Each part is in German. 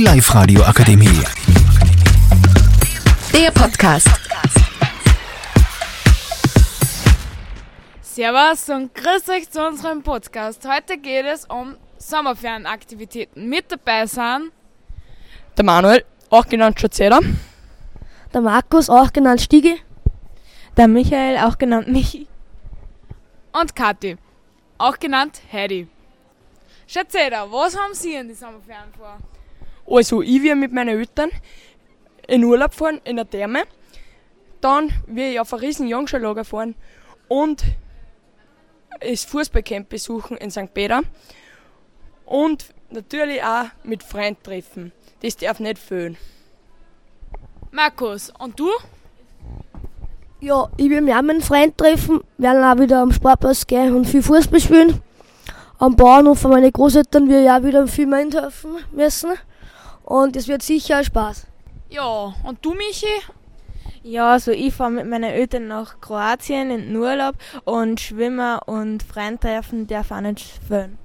Live Radio Akademie. Der Podcast. Servus und grüß euch zu unserem Podcast. Heute geht es um Sommerferienaktivitäten. Mit dabei sind Der Manuel, auch genannt Schatzeder. Der Markus, auch genannt Stiege. Der Michael, auch genannt Michi. und Kathi, auch genannt Harry. Schätzeder, was haben Sie in die Sommerferien vor? Also ich will mit meinen Eltern in Urlaub fahren, in der Therme. Dann will ich auf ein riesen Jungscherlager fahren und das Fußballcamp besuchen in St. Peter. Und natürlich auch mit Freunden treffen. Das darf nicht fehlen. Markus, und du? Ja, ich will mich auch mit einem Freund treffen, werden auch wieder am Sportplatz gehen und viel Fußball spielen. Am Bauernhof von meinen Großeltern will ich auch wieder viel mithelfen müssen. Und es wird sicher ein Spaß. Ja, und du, Michi? Ja, also ich fahre mit meinen Eltern nach Kroatien in den Urlaub und schwimmen und Freunde treffen darf auch nicht schwimmen.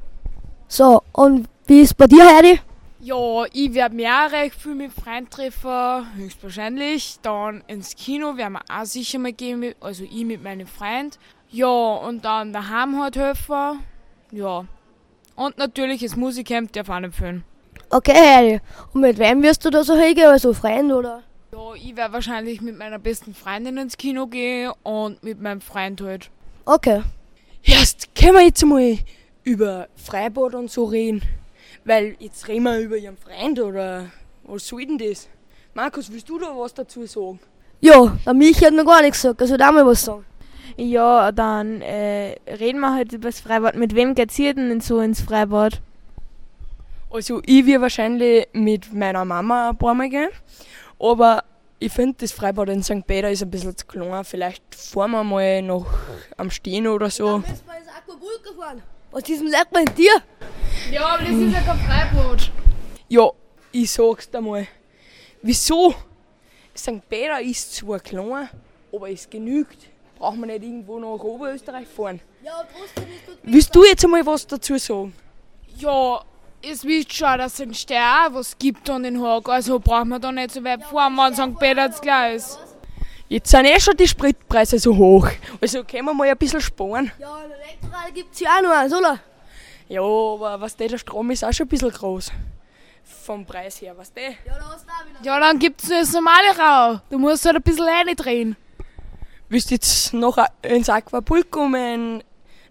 So, und wie ist bei dir, Heidi? Ja, ich werde mich auch recht viel mit Freunden treffen, höchstwahrscheinlich. Dann ins Kino werden wir auch sicher mal gehen, mit, also ich mit meinem Freund. Ja, und dann daheim halt helfen. Ja. Und natürlich das Musikcamp darf auch nicht fehlen. Okay, Heidi. Und mit wem wirst du da so hingehen? Also Freund oder? Ja, ich werde wahrscheinlich mit meiner besten Freundin ins Kino gehen und mit meinem Freund halt. Okay. Erst können wir jetzt mal über Freibad und so reden. Weil jetzt reden wir über ihren Freund oder was soll denn das? Markus, willst du da was dazu sagen? Ja, der Michi hat mir gar nichts gesagt, also da mal was sagen. Ja, dann äh, reden wir heute über das Freibad. Mit wem geht's hier denn so ins Freibad? Also ich will wahrscheinlich mit meiner Mama ein paar Mal gehen. Aber ich finde das Freibad in St. Peter ist ein bisschen zu klein. Vielleicht fahren wir mal noch am Stehen oder so. bist bei Aquabrück gefahren. Was diesem sagt man dir? Ja, aber das ist ja kein Freiboot. Ja, ich sag's dir mal. Wieso? St. Peter ist zwar klein, aber es genügt. Braucht man nicht irgendwo nach Oberösterreich fahren. Ja, trotzdem ist gut. Willst du jetzt einmal was dazu sagen? Ja, es wisst schon, dass es in Steyr auch was gibt an den Haag, also braucht man da nicht so weit fahren, wenn St. Peters gleich ist. Jetzt sind eh schon die Spritpreise so hoch. Also können wir mal ein bisschen sparen. Ja, ein Elektrorad gibt's ja auch noch eins, oder? Ja, aber was der, der Strom ist auch schon ein bisschen groß. Vom Preis her, was der? Ja, da hast du auch wieder. Ja, dann gibt's nur das normale Rau. Du musst halt ein bisschen reindrehen. Willst du jetzt noch ins Aquapulkum einen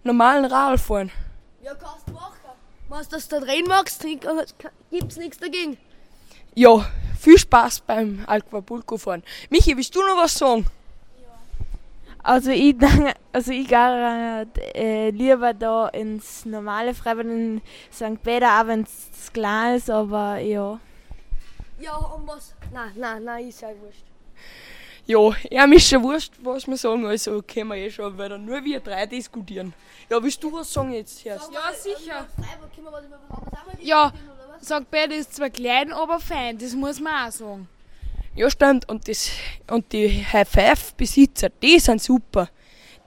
normalen Radl fahren? Ja, kannst du machen. Wenn du das da drehen magst, trink- äh, gibt's nichts dagegen. Ja, viel Spaß beim Aquapulco fahren. Michi, willst du noch was sagen? Also ich dann, also ich gehe äh, lieber da ins normale Freibad in St. Peter, auch wenn's klar ist, aber ja. Ja, und was? Nein, nein, nein, ist ja wurscht. Ja, ja, mir ist schon wurscht, was wir sagen, also können wir eh schon, weil dann nur wir drei diskutieren. Ja, willst du was sagen jetzt, Herr? Ja, sicher. Freiburg können wir was über was anderes Ja, reden, oder was? St. Peter ist zwar klein, aber fein, das muss man auch sagen. Ja, stimmt. Und, das, und die High Five-Besitzer, die sind super.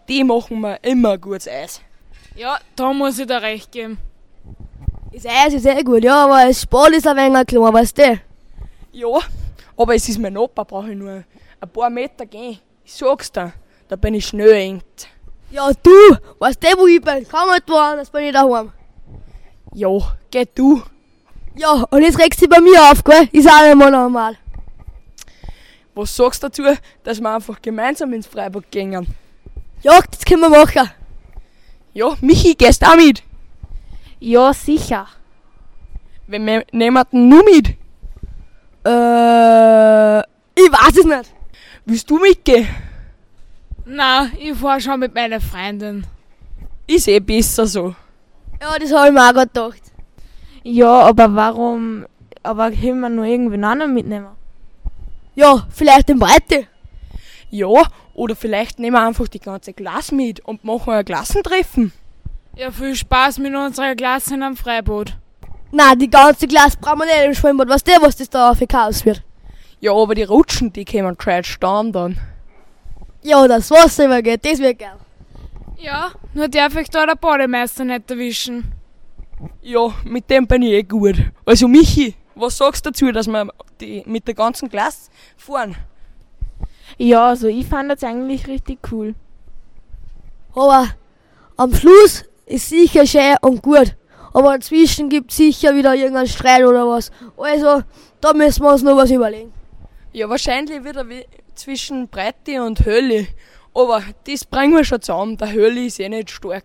Die machen mir immer gutes Eis. Ja, da muss ich dir recht geben. Das Eis ist eh gut, ja, aber das Sport ist ein wenig klein, weißt du? Ja, aber es ist mein Opa, brauche ich nur ein paar Meter gehen. Ich sag's dir, da bin ich schnell engt. Ja, du, weißt du, wo ich bin? Komm halt woanders, bin ich daheim. Ja, geh du. Ja, und jetzt regst du dich bei mir auf, gell? Ist auch nicht mal normal. Was sagst du dazu, dass wir einfach gemeinsam ins Freibad gehen? Ja, das können wir machen. Ja, Michi, gehst auch mit. Ja, sicher. Wenn wir nehmen den nur mit. Äh, ich weiß es nicht. Willst du mitgehen? Na, ich fahr schon mit meiner Freundin. Ist eh besser so. Ja, das habe ich mir auch gerade gedacht. Ja, aber warum, aber können wir nur irgendwen anderen mitnehmen? Ja, vielleicht den Breite. Ja, oder vielleicht nehmen wir einfach die ganze Klasse mit und machen ein Klassentreffen. Ja, viel Spaß mit unserer Klasse am Freiboot. Nein, die ganze Glas brauchen wir nicht im Schwimmbad. Weißt du, was das da auf ein Chaos wird? Ja, aber die Rutschen, die können gescheit stehen dann. Ja, das Wasser übergeht, das wird geil. Ja, nur darf ich da der Bademeister nicht erwischen. Ja, mit dem bin ich eh gut. Also Michi, Was sagst du dazu, dass wir die mit der ganzen Klasse fahren? Ja, also ich fand das eigentlich richtig cool. Aber am Schluss ist sicher schön und gut. Aber dazwischen gibt es sicher wieder irgendeinen Streit oder was. Also, da müssen wir uns noch was überlegen. Ja, wahrscheinlich wieder wie zwischen Breite und Hölle. Aber das bringen wir schon zusammen. Der Hölle ist eh nicht stark.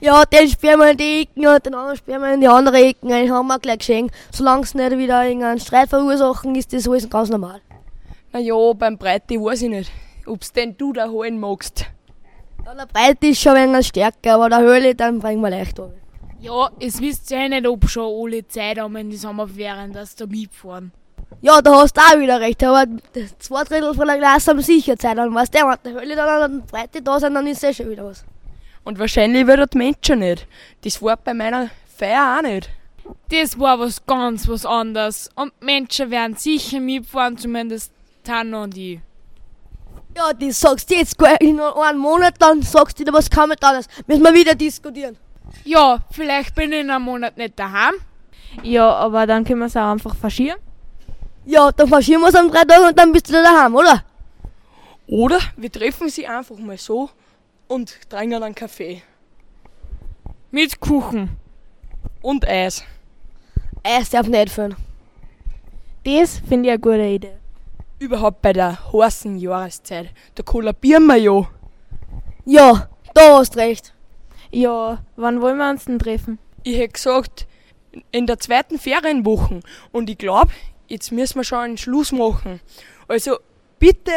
Ja, den sperren wir in die Ecken und den anderen sperren wir in die andere Ecken. Den haben wir gleich gesehen. Solange es nicht wieder irgendeinen Streit verursachen, ist das alles ganz normal. Naja, beim Breite weiß ich nicht, ob's denn du da holen magst. Ja, der Breite ist schon ein wenig stärker, aber der Höhle, dann bringen wir leicht um. Ja, es wisst ihr ja nicht, ob schon alle Zeit haben in die Sommerferien, dass da mitfahren. Ja, da hast du auch wieder recht, aber das zwei Drittel von der Klasse haben sicher Zeit. Dann weißt du, wenn der Höhle dann an der Breite da sind, dann ist eh schon wieder was. Und wahrscheinlich wird das Menschen nicht. Das war bei meiner Feier auch nicht. Das war was ganz was anderes. Und Menschen werden sicher mitfahren, zumindest Tanne und ich. Ja, das sagst du jetzt gleich in einem Monat, dann sagst du wieder was komplett anderes. Müssen wir wieder diskutieren. Ja, vielleicht bin ich in einem Monat nicht daheim. Ja, aber dann können wir es auch einfach verschieren. Ja, dann verschieben wir es um drei Tage und dann bist du wieder daheim, oder? Oder wir treffen sie einfach mal so und trinken einen Kaffee. Mit Kuchen. Und Eis. Es darf nicht führen. Das finde ich eine gute Idee. Überhaupt bei der heißen Jahreszeit. Da kollabieren wir ja. Ja, da hast recht. Ja, wann wollen wir uns denn treffen? Ich hätte gesagt, in der zweiten Ferienwoche. Und ich glaube, jetzt müssen wir schon einen Schluss machen. Also bitte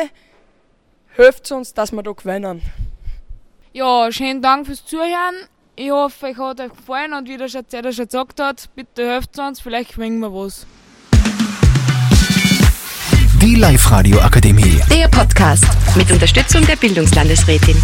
helft uns, dass wir da gewinnen. Ja, schönen Dank fürs Zuhören. Ich hoffe, euch hat euch gefallen und wie der Schatzeller schon gesagt hat, bitte helft uns, vielleicht schwingen wir was. Die Live-Radio Akademie. Der Podcast mit Unterstützung der Bildungslandesrätin.